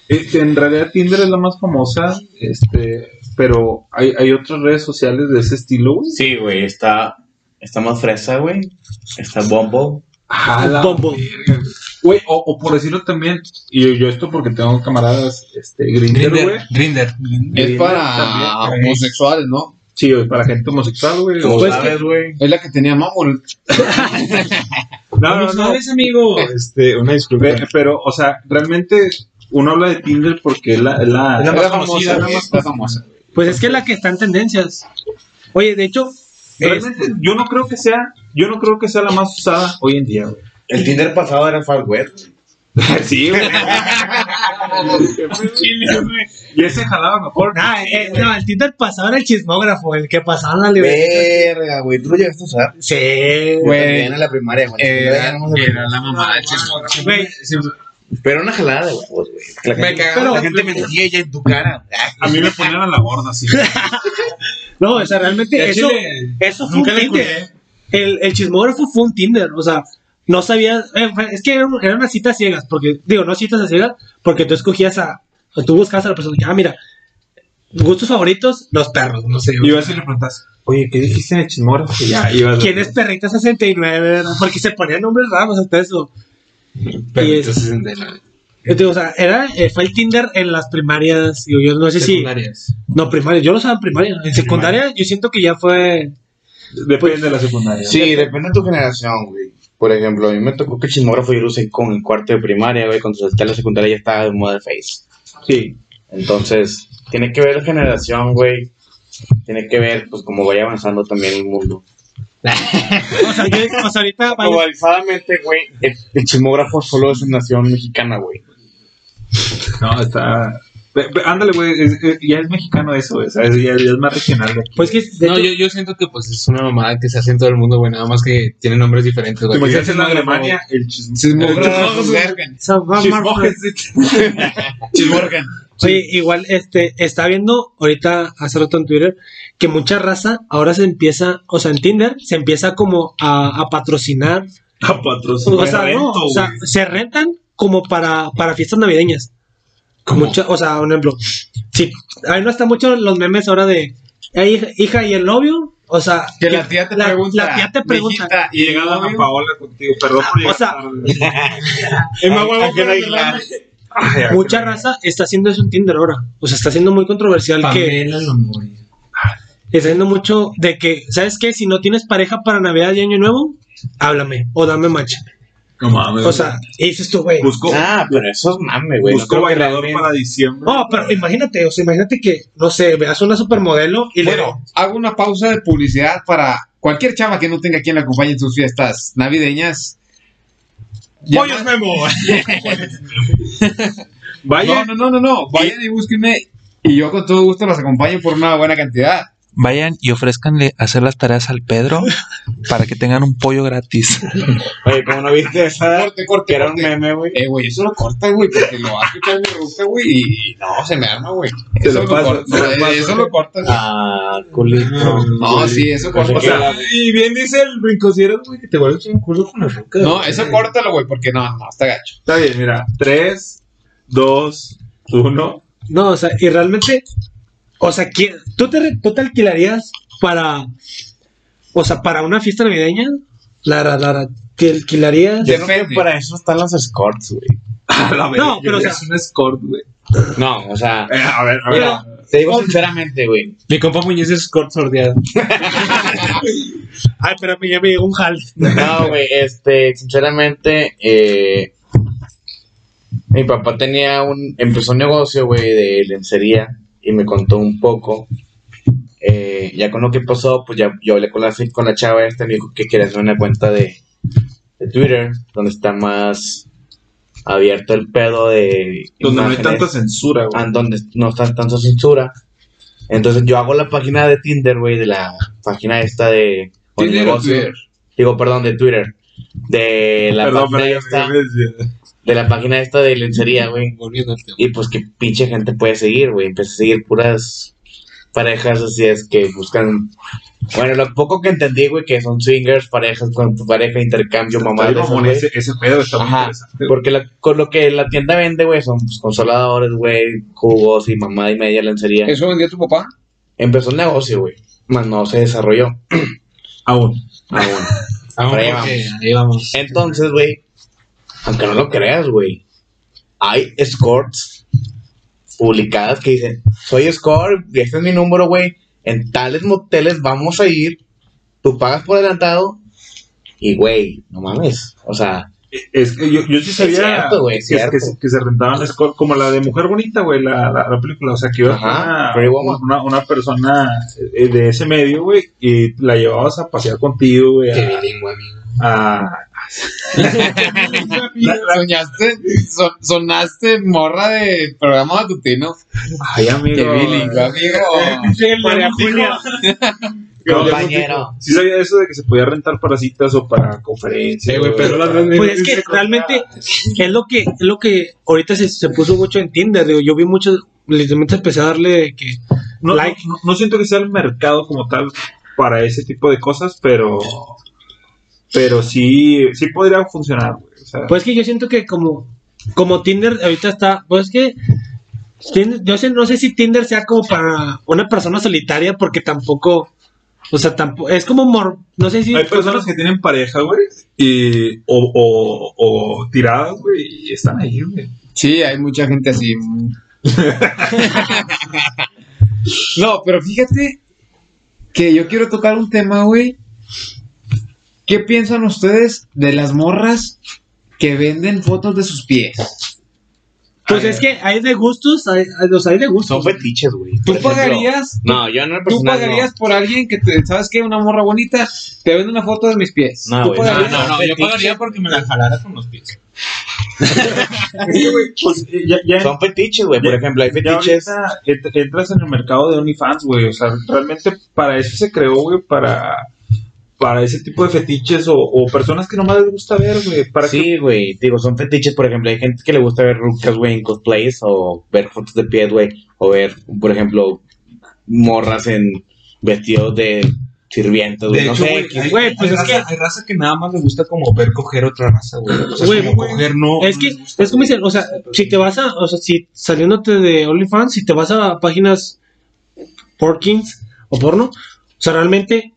S1: este, en realidad Tinder es la más famosa, este, pero hay, hay otras redes sociales de ese estilo, güey.
S6: Sí, güey, está, está más fresa, güey. Está Bumble.
S1: Ah,
S2: Bumble.
S1: verga, güey. Güey, o, o por decirlo también, y yo, yo esto porque tengo camaradas, este, Grindr, güey.
S5: Grinder, Grinder.
S4: Es para
S1: también, güey.
S4: homosexuales, ¿no?
S1: Sí, güey, para gente homosexual, güey. o-
S2: Pues,
S5: güey.
S4: Es la que tenía Mamón.
S1: No, no, no.
S5: sabes, amigo?
S1: Este, una disculpa. Pe- Pero, o sea, realmente uno habla de Tinder porque es la, es la-
S5: Es
S4: Era
S5: la más
S4: famosa,
S5: conocida,
S4: güey,
S5: güey.
S4: era famosa.
S2: Pues es que es la que está en tendencias. Oye, de hecho,
S1: realmente yo no creo que sea, yo no creo que sea la más usada hoy en día, güey.
S6: El Tinder pasado era Far West.
S1: sí, güey. y ese jalaba mejor.
S2: Ah, eh, no, el Tinder pasado era el chismógrafo, el que pasaba en la librería.
S6: Verga, güey. Tú lo llegaste a usar.
S2: Sí,
S6: Yo
S4: Güey.
S6: también en la primaria, güey.
S4: Eh,
S6: Pero ya no vamos a-
S4: Era la mamá del
S2: güey.
S6: Pero una jalada de huevos, güey. Que La gente,
S2: Pero-
S6: la gente mentía ya en tu cara.
S1: A mí me ponían a la gorda, sí.
S2: No, o sea, realmente eso, eso fue un Tinder. El, el chismógrafo fue un Tinder, o sea, no sabía, eh, fue- es que eran era unas citas ciegas, porque, digo, no citas a ciegas, porque tú escogías a, o tú buscabas a la persona, ah, mira, gustos favoritos, los perros, no sé.
S1: Y ibas y le preguntas, oye, ¿qué dijiste en el chismógrafo? Y ya, ibas a-
S2: ¿Quién es Perrita 69? verdad? Porque se ponían nombres raros hasta eso. Y es- Yo te digo, o sea, era, eh, fue el Tinder en las primarias. Digo, yo no sé si.
S5: Secundarias.
S2: No, primarias, yo lo usaba en primaria. En secundaria, yo siento que ya fue.
S1: Depende de la secundaria.
S6: Sí, depende de tu generación, güey. Por ejemplo, a mí me tocó que el chismógrafo yo lo usé con el cuarto de primaria, güey. Cuando salté a la secundaria ya estaba de moda el Face.
S1: Sí.
S6: Entonces, tiene que ver la generación, güey. Tiene que ver, pues, cómo vaya avanzando también el mundo.
S2: O sea, yo- o sea, ahorita. vaya-
S6: Globalizadamente, güey, el, el chismógrafo solo es en nación mexicana, güey.
S1: No, está. Pe- pe- Ándale, güey, es- es- ya es mexicano eso, güey, ¿sabes? Ya, ya es más regional. güey.
S2: pues que. de
S5: No,
S2: hecho-
S5: yo, yo siento que pues es una mamada que se hace en todo el mundo, güey. Nada más que tiene nombres diferentes,
S1: Te
S5: güey.
S1: imaginas en Alemania el chismógrafo.
S4: Chismorgan.
S2: esa va-
S1: Chismojes.
S4: Chismorgan.
S2: Oye, igual, este, está viendo ahorita hace rato en Twitter que mucha raza ahora se empieza, o sea, en Tinder se empieza como a, a patrocinar.
S1: A
S2: O
S1: patrocinar.
S2: sea, no,
S1: evento,
S2: o sea,
S1: güey.
S2: se rentan como para, para fiestas navideñas. Mucha- o sea, un ejemplo, si, a mí no están mucho los memes ahora de "Ey, hija, hija y el novio, o sea,
S4: Que la tía te
S2: la-
S4: pregunta.
S2: la tía te pregunta.
S4: "Mijita,
S1: Y llegaba Ana Paola contigo, perdón por
S2: Ah,
S1: llegar
S2: o sea,
S1: tarde.
S6: Emma Ángel Aguilar.
S1: Ay, ay,
S2: mucha
S1: ay.
S2: raza está haciendo eso en Tinder ahora, o sea, está siendo muy controversial que
S5: Pamela Lomori.
S2: está haciendo mucho de que, ¿sabes qué? Si no tienes pareja para Navidad y Año Nuevo, háblame o dame mancha,
S1: No mames.
S2: o sea, y dices tú, güey,
S1: buscó,
S6: Ah, pero eso es mame, güey. No
S1: buscó
S6: creo que
S1: bailador
S6: realmente-
S1: para diciembre.
S2: no, pero imagínate, o sea, imagínate que, no sé, veas una supermodelo y le
S4: Bueno, hago una pausa de publicidad para cualquier chava que no tenga quien la acompañe en sus fiestas navideñas.
S5: ¡Pollos
S4: Llamad-
S5: Memo!
S1: Vaya,
S4: No, no, no, no, no. Vayan y búsquenme y yo con todo gusto las acompaño por una buena cantidad.
S7: Vayan y ofrezcanle hacer las tareas al Pedro para que tengan un pollo gratis.
S6: Oye, como no viste esa,
S4: Corte, corte,
S6: que era un
S4: corte.
S6: meme, güey.
S4: Eh, güey, eso lo corta, güey, porque lo va a escuchar mi ruca, güey, y y no, se me arma, güey.
S1: Te
S4: Eso
S1: lo
S4: lo
S1: paso,
S4: corta,
S1: te lo
S4: eh,
S1: paso.
S4: eso lo corta, güey. Pues
S6: Ah, culito.
S4: No, sí, eso corta.
S1: o sea,
S5: y bien dice el brincosieros, güey, que te vuelves un curso con las rucas.
S4: No, eso córtalo, güey, porque no, no, está gacho.
S1: está bien, mira. 3, 2, 1.
S2: No, o sea, y realmente, o sea, ¿quién- ¿tú te, re- tú te alquilarías para, o sea, para una fiesta navideña? Lara, Lara, ¿te alquilarías?
S6: Yo creo
S4: Depende.
S6: que para eso están las escorts, güey.
S2: No, pero, o sea-
S1: es un escort, güey.
S6: No, o sea,
S1: Eh, a ver, a ver.
S2: Mira,
S6: te digo sinceramente, güey.
S5: Mi compa Muñez es corto sordeado.
S2: Ay, pero ya me llegó un jal.
S6: No, güey, este, sinceramente, eh, mi papá tenía un, empezó un negocio, güey, de lencería y me contó un poco. Eh, ya con lo que pasó, pues ya yo hablé con la, con la chava esta y me dijo que quería hacer una cuenta de, de Twitter, donde está más abierto el pedo de...
S1: Donde no hay
S6: imágenes.
S1: tanta censura, güey.
S6: Ah, donde no está tanta censura. Entonces yo hago la página de Tinder, güey, de la página esta de... o el
S4: Tinder o
S6: negocio.
S4: Twitter.
S6: Digo, perdón, de Twitter. De la
S1: Perdón,
S6: página
S1: pero
S6: esta,
S1: ya me decía.
S6: de la página esta de lencería, güey.
S5: Volviéndote.
S6: Y pues qué pinche gente puede seguir, güey. Empecé a seguir puras parejas así es que buscan... Bueno, lo poco que entendí, güey, que son swingers, parejas con tu pareja, intercambio, mamá.
S1: Está mamón, ese, ese pedo está muy
S6: Ajá,
S1: interesante. güey.
S6: Porque la- con lo que la tienda vende, güey, son pues, consoladores, güey, jugos y mamá y media lencería.
S4: ¿Eso vendió tu papá?
S6: Empezó un negocio, güey. Más no se desarrolló
S1: Aún.
S6: aún.
S5: Ah,
S6: Ahí
S5: porque
S6: vamos.
S5: Ahí vamos.
S6: Entonces, güey, aunque no lo creas, güey, hay escorts publicadas que dicen, soy escort, y este es mi número, güey, en tales moteles vamos a ir, tú pagas por adelantado, y güey, no mames, o sea,
S1: Es que yo, yo sí sabía
S6: cierto, güey, es
S1: que,
S6: cierto.
S1: que se- que se rentaban escort, como la de Mujer Bonita, güey, la, la, la película. O sea, que ibas con
S6: Ajá,
S1: una-
S6: Pretty
S1: una,
S6: Woman.
S1: una, persona eh, de ese medio, güey, y la llevabas a pasear contigo, güey.
S5: Qué
S1: A,
S5: bilingüe, amigo.
S1: a- La- la-
S4: Soñaste, so- sonaste morra de programa matutino. eh,
S1: ay, amigo.
S4: Qué bilingüe, amigo.
S2: María Julia.
S1: No,
S6: Compañero.
S1: Sí sabía eso de que se podía rentar para citas o para conferencias.
S5: Sí, güey, pero
S1: o-
S5: las veces-
S2: Pues es que realmente es lo que, es lo que ahorita se, se puso mucho en Tinder. digo, yo vi muchos, literalmente empecé a darle que
S1: no,
S2: like.
S1: no- no siento que sea el mercado como tal para ese tipo de cosas, pero pero sí sí podría funcionar, güey. O sea,
S2: Pues es que yo siento que como, como Tinder ahorita está, pues es que Tinder- yo sé- no sé si Tinder sea como para una persona solitaria porque tampoco, o sea, tampoco, es como, mor- no sé si...
S1: hay personas que tienen pareja, güey, y o, o, o tiradas, güey, y están ahí, güey.
S4: Sí, hay mucha gente así. no, pero fíjate que yo quiero tocar un tema, güey. ¿Qué piensan ustedes de las morras que venden fotos de sus pies?
S2: Pues es que hay de gustos, hay, hay- los hay de
S6: son
S1: pues
S2: gustos.
S6: fetiches, güey.
S4: ¿Tú
S6: Por ejemplo,
S4: pagarías?
S6: No, yo no
S4: ¿Tú
S6: personal, no.
S4: pagarías por alguien que, te- ¿sabes qué? Una morra bonita, te vende una foto de mis pies.
S6: No,
S4: ¿Tú
S6: güey,
S5: No,
S4: pagarías?
S5: no, no, yo pagaría porque me la jalara con los pies.
S1: Pues, eh, ya, ya-
S6: Son fetiches, güey. Por
S1: Ya-
S6: ejemplo, hay
S1: ya
S6: fetiches.
S1: ahorita ent- entras en el mercado de OnlyFans, güey. O sea, realmente para eso se creó, güey, para para ese tipo de fetiches o, o personas que nomás les gusta ver, güey, para que
S6: Sí, güey. Digo, son fetiches, por ejemplo. Hay gente que le gusta ver rucas, güey, en cosplays o ver fotos de pies, güey. O ver, por ejemplo, morras en vestidos de sirvientas, güey. No sé.
S5: hay-
S2: güey, pues
S5: hay
S2: es
S5: raza- hay raza que nada más le gusta como ver coger otra raza, güey. O sea,
S2: Güey,
S5: como
S2: güey.
S5: coger no.
S2: Es
S5: no
S2: que
S5: les gusta,
S2: es como
S5: güey.
S2: dicen, o sea, si te vas a, o sea, si saliéndote de OnlyFans, si te vas a páginas porkins o porno, o sea, realmente,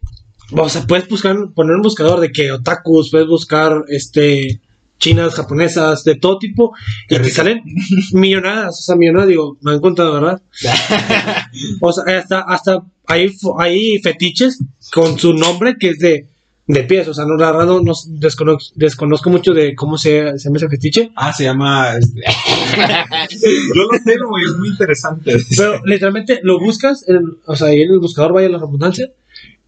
S2: o sea, puedes buscar, poner un buscador de que otakus, puedes buscar, este, chinas, japonesas, de todo tipo, y te salen millonadas, o sea, millonadas, digo, me han contado, ¿verdad? o sea, hasta, hasta hay, fo- hay fetiches con su nombre que es de, de pies, o sea, no, la verdad, no, no desconozco, desconozco mucho de cómo se, se llama ese fetiche,
S5: Ah, se llama. este,
S1: yo lo tengo, güey, es muy interesante.
S2: Pero literalmente lo buscas, en- o sea, ahí en el buscador vaya la redundancia.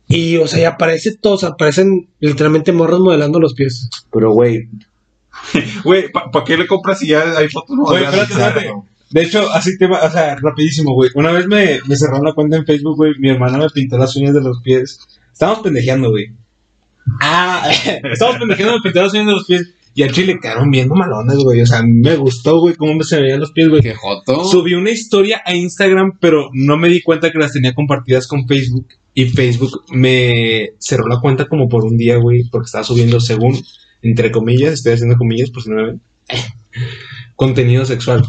S2: Y, o sea, y aparece todos, aparecen literalmente morros modelando los pies.
S6: Pero, güey.
S1: Güey, ¿para qué le compras si ya hay fotos
S5: Oye,
S1: modernas?
S5: espérate, espérate. De hecho, así te va, o sea, rapidísimo, güey. Una vez me, me cerraron la cuenta en Facebook, güey. Mi hermana me pintó las uñas de los pies. Estábamos pendejeando, güey. Ah, estábamos pendejeando, me pintó las uñas de los pies. Y al chile quedaron viendo malones, güey. O sea, me gustó, güey, cómo me se veían los pies, güey.
S4: Qué joto.
S5: Subí una historia a Instagram, pero no me di cuenta que las tenía compartidas con Facebook. Y Facebook me cerró la cuenta como por un día, güey, porque estaba subiendo, según, entre comillas, estoy haciendo comillas por si no me ven, contenido sexual.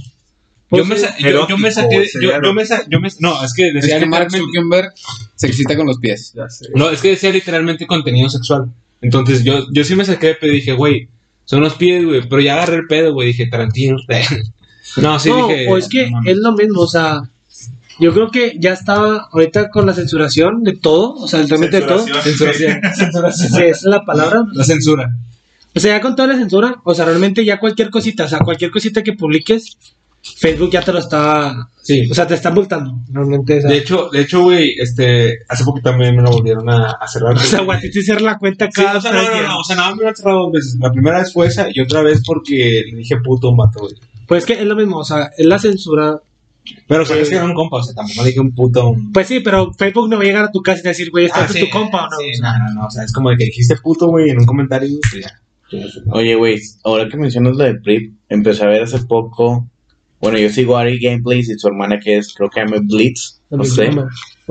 S2: Pues
S5: yo, me
S2: sí,
S5: sa- yo- yo me
S1: erótico,
S5: saqué,
S1: sería
S5: yo, yo
S1: erótico.
S5: me sa- yo me- no, es que
S4: Es
S5: decía
S4: que Mark
S5: literalmente-
S4: Zuckerberg se excita con los pies.
S1: Ya sé.
S5: no, es que decía literalmente contenido sexual. Entonces yo, yo sí me saqué de pedo y dije, güey, son los pies, güey, pero ya agarré el pedo, güey, dije, Tarantino. no, sí
S2: no,
S5: dije.
S2: o
S4: pues
S2: es que
S5: no mames.
S2: es lo mismo, o sea, yo creo que ya estaba ahorita con la censuración de todo, o sea, literalmente de todo.
S5: Censuración, censuración.
S2: Sí, esa es la palabra.
S5: La censura.
S2: O sea, ya con toda la censura, o sea, realmente ya cualquier cosita, o sea, cualquier cosita que publiques, Facebook ya te lo está,
S5: Sí.
S2: o sea, te está multando, realmente. O sea,
S5: De hecho, de hecho, güey, este, hace poco también me lo volvieron a, a cerrar.
S2: o sea, güey, a ti te cierra la cuenta
S5: Sí,
S2: cada
S5: o sea, no,
S2: tres
S5: no,
S2: días.
S5: no, o sea, nada más me lo han cerrado dos veces. La primera vez fue esa y otra vez porque le dije puto mato, güey.
S2: Pues que es lo mismo, o sea, es la censura.
S5: Pero, o sea, es que era un compa, o sea, tampoco le dije un puto. un-
S2: Pues sí, pero Facebook no va a llegar a tu casa y te va a decir, güey, ¿estás
S5: Ah, sí,
S2: tu compa o no?
S5: sí, no, no, no, o sea, es como de que dijiste puto, güey, en un comentario, y pues ya.
S6: Oye, güey, ahora que mencionas lo de Prip, empecé a ver hace poco. Bueno, yo sigo a Ari Gameplays y su hermana que es, creo que llama Blitz. No sé.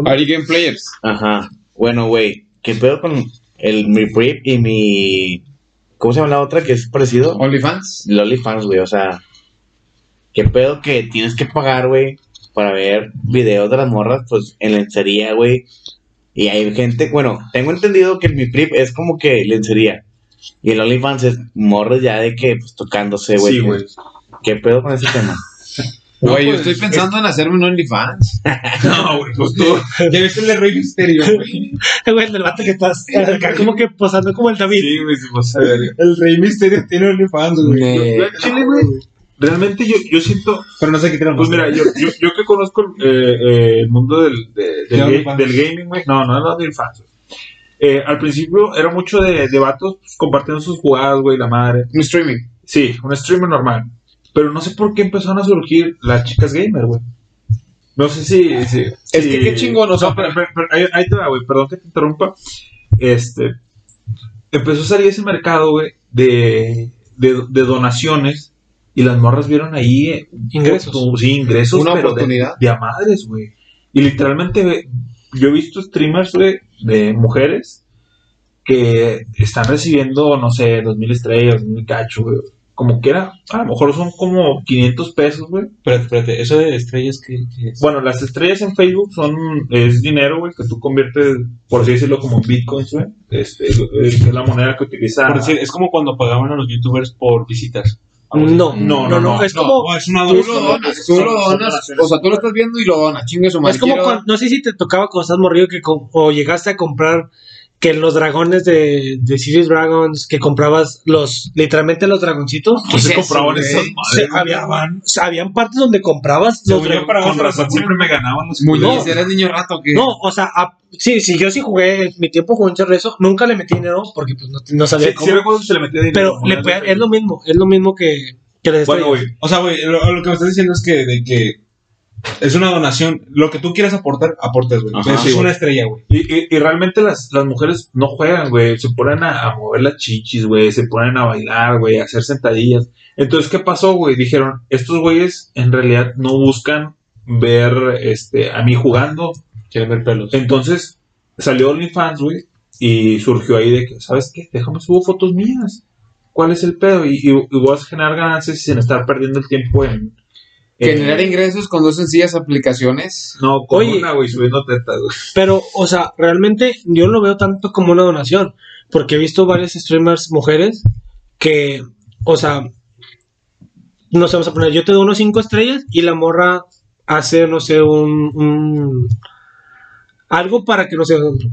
S4: Ari Game Players.
S6: Ajá. Bueno, güey, ¿qué pedo con el, mi Prip y mi. ¿Cómo se llama la otra que es parecido?
S4: OnlyFans.
S6: Lolifans, güey, o sea, qué pedo que tienes que pagar, güey, para ver videos de las morras, pues, en lencería, güey. Y hay gente, bueno, tengo entendido que mi trip es como que lencería.
S3: Y el OnlyFans es morros ya de que, pues, tocándose, güey.
S1: Sí, güey.
S3: ¿Qué pedo con ese tema?
S4: Güey, yo estoy pensando en hacerme un OnlyFans.
S1: No, güey, pues tú.
S5: Ya viste el de Rey Misterio, güey.
S2: Güey, el del vato que estás acá como que posando como el David.
S1: Sí, güey, sí, pues, a ver.
S5: El Rey Misterio tiene OnlyFans, güey.
S4: Eh,
S1: Yo al chile, güey, Realmente yo, yo siento,
S5: Pero no sé qué tenemos.
S1: pues mira, yo, yo, yo que conozco el, eh, eh, el mundo del, de- del,
S5: De
S1: ga-
S5: OnlyFans.
S1: del gaming, güey, no, no, no de infancia. Eh, al principio era mucho de, de vatos pues, compartiendo sus jugadas, güey, la madre.
S4: Un streaming.
S1: Sí, un streamer normal. Pero no sé por qué empezaron a surgir las chicas gamer, güey. No sé si. si-
S4: Es
S1: si-
S4: que qué chingón, o sea,
S1: No, pero, pero- pero ahí, ahí te va, güey. Perdón que te interrumpa. Este. Empezó a salir ese mercado, güey, de, de, de donaciones. Y las morras vieron ahí. eh,
S2: Ingresos.
S1: tu- sí, ingresos.
S4: Una
S1: pero de-
S4: oportunidad.
S1: De, a madres, güey. Y literalmente, güey, yo he visto streamers, güey, de mujeres que están recibiendo, no sé, 2.000 estrellas, 2.000 cacho, güey. Como quiera, a lo mejor son como 500 pesos, güey.
S5: Espérate, espérate. Eso de estrellas, ¿qué, qué es?
S1: Bueno, las estrellas en Facebook son, es dinero, güey, que tú conviertes, por así decirlo, como en bitcoins, güey. Este, es- es la moneda que utiliza.
S5: Por decir, es como cuando pagaban a los youtubers por visitas.
S6: Ah,
S2: No,
S1: No,
S2: no,
S1: no,
S2: no,
S1: no,
S2: es
S5: No,
S2: como...
S5: es una
S4: Tú lo donas, tú lo donas. O sea, tú lo estás viendo y lo donas. Chingue su madre.
S2: Es como
S4: quiero-
S2: cuando, no sé si te tocaba cuando estás morrido que com- o llegaste a comprar que los dragones de, de Series Dragons, que comprabas los, literalmente los dragoncitos.
S1: pues se
S4: ¿qué es
S1: compraban
S4: eso,
S1: esas
S4: güey?
S1: madres.
S2: Se- había, o sea, habían partes donde comprabas los
S5: Según yo,
S2: dragones.
S5: para
S1: Con
S5: vos,
S1: razón siempre me ganaban los
S4: Muy
S1: culeros.
S4: bien, si eres niño rato que.
S2: No, o sea, a- sí, sí, yo sí jugué, mi tiempo jugué un chorro de eso, nunca le metí dinero porque pues no, no
S1: Sí,
S2: sabía
S1: sí
S2: cómo.
S1: recuerdo que se le metía dinero.
S2: pero le
S1: monedas de
S2: podía- es
S1: Facebook.
S2: lo mismo, es lo mismo que, que les
S1: Bueno, güey,
S5: O sea, güey, lo, lo que me estás diciendo es que, de que es una donación. Lo que tú quieras aportar, aportes, güey.
S3: Ajá.
S5: Es
S1: Sí, güey.
S5: una estrella, güey.
S1: Y, y- y realmente las, las mujeres no juegan, güey. Se ponen a, a mover las chichis, güey. Se ponen a bailar, güey. A hacer sentadillas. Entonces, ¿qué pasó, güey? Dijeron, estos güeyes en realidad no buscan ver este, a mí jugando.
S5: Quieren ver pelos.
S1: Entonces, salió OnlyFans, güey. Y surgió ahí de que, ¿sabes qué? Déjame subo fotos mías. ¿Cuál es el pedo? Y, y, y vas a generar ganancias sin estar perdiendo el tiempo en... en-
S4: Generar ingresos con dos sencillas aplicaciones.
S1: No, con
S2: Oye.
S1: una, güey, subiendo tetas, güey.
S2: Pero, o sea, realmente yo no lo veo tanto como una donación, porque he visto varias streamers mujeres que, o sea, nos vamos a poner, yo te doy unos cinco estrellas y la morra hace, no sé, un, un- algo para que no sea ejemplo.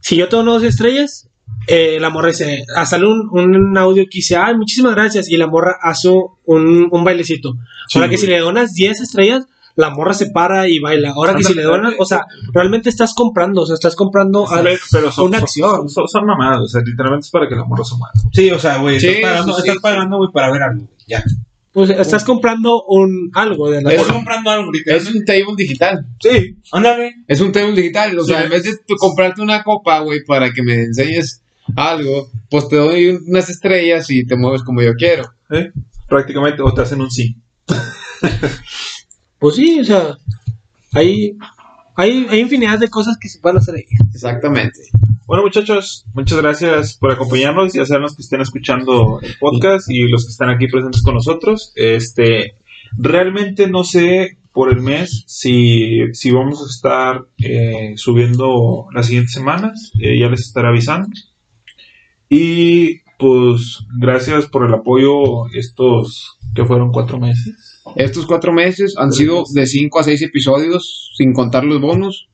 S2: Si yo te doy dos estrellas, eh, la morra dice, ah, sale un, un audio que dice, ay, muchísimas gracias, y la morra hace un, un bailecito. Ahora que si le donas 10 estrellas, la morra se para y baila. Ahora que si le donas, o sea, realmente estás comprando, o sea, estás comprando a-
S1: Pero- pero son,
S2: una
S1: son-
S2: acción.
S1: Son, son mamadas, o sea, literalmente es para que el amor se mueva.
S5: Sí, o sea, güey,
S4: Sí,
S5: estás
S4: sí,
S5: pagando,
S4: sí,
S5: estás
S4: sí.
S5: pagando, güey, para ver algo. güey, Ya.
S2: pues, estás comprando un algo de la
S4: Es
S5: Estás comprando algo,
S4: Es
S5: literalmente.
S4: un table digital.
S1: Sí,
S5: Ándale.
S4: Es un table digital. O
S5: Sí,
S4: sea, en vez de tú comprarte una copa, güey, para que me enseñes algo, pues te doy unas estrellas y te mueves como yo quiero.
S1: ¿Eh? prácticamente, o te hacen un sí.
S2: Pues sí, o sea, hay, hay, hay infinidad de cosas que se pueden hacer ahí.
S4: Exactamente.
S1: Bueno, muchachos, muchas gracias por acompañarnos, ya sean los que estén escuchando el podcast y los que están aquí presentes con nosotros. Este, realmente no sé por el mes si, si vamos a estar eh, subiendo las siguientes semanas, eh, ya les estaré avisando. Y pues gracias por el apoyo estos que fueron cuatro meses.
S4: Estos cuatro meses han sido de cinco a seis episodios, sin contar los bonus.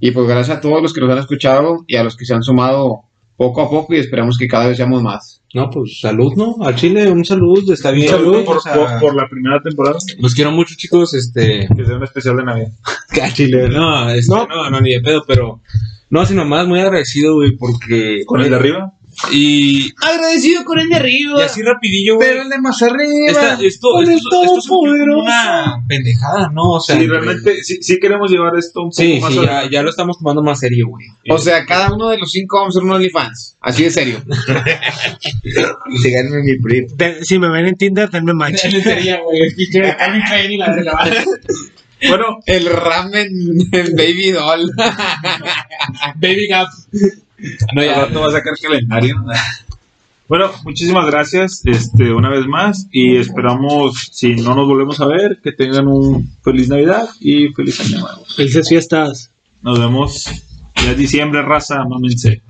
S4: Y pues gracias a todos los que nos han escuchado y a los que se han sumado poco a poco y esperamos que cada vez seamos más.
S5: No, pues salud, ¿no? Al Chile, un salud, está bien.
S1: Saludos
S5: güey,
S1: por,
S5: o sea,
S1: por- por la primera temporada,
S5: Los quiero mucho, chicos. Este.
S1: que sea un especial de Navidad.
S5: Al Chile, no, este, no, no, ni de pedo, pero. No, sino más muy agradecido, güey, porque.
S1: Con el de arriba.
S5: Y.
S4: Agradecido con el de arriba.
S5: Y así rapidillo, güey.
S4: Ah, el de más arriba.
S5: Esta- esto, esto, esto es una pendejada, ¿no? O sea,
S1: sí, realmente, sí, sí queremos llevar esto un poco
S5: Sí,
S1: más
S5: sí,
S1: a-
S5: ya, ya lo estamos tomando más serio, güey.
S4: O sea, cada uno de los cinco vamos a ser un OnlyFans. Así de serio.
S6: Síganme en mi primo.
S2: De- si me ven en Tinder, denme match.
S1: Bueno,
S4: El ramen, el baby doll.
S5: Ah, Baby Gap. No,
S1: al
S5: ya.
S1: rato va a sacar calendario. Bueno, muchísimas gracias este, una vez más y esperamos, si no nos volvemos a ver, que tengan un feliz Navidad y feliz año nuevo.
S2: Felices fiestas.
S1: Nos vemos. Ya es diciembre, raza, mámense.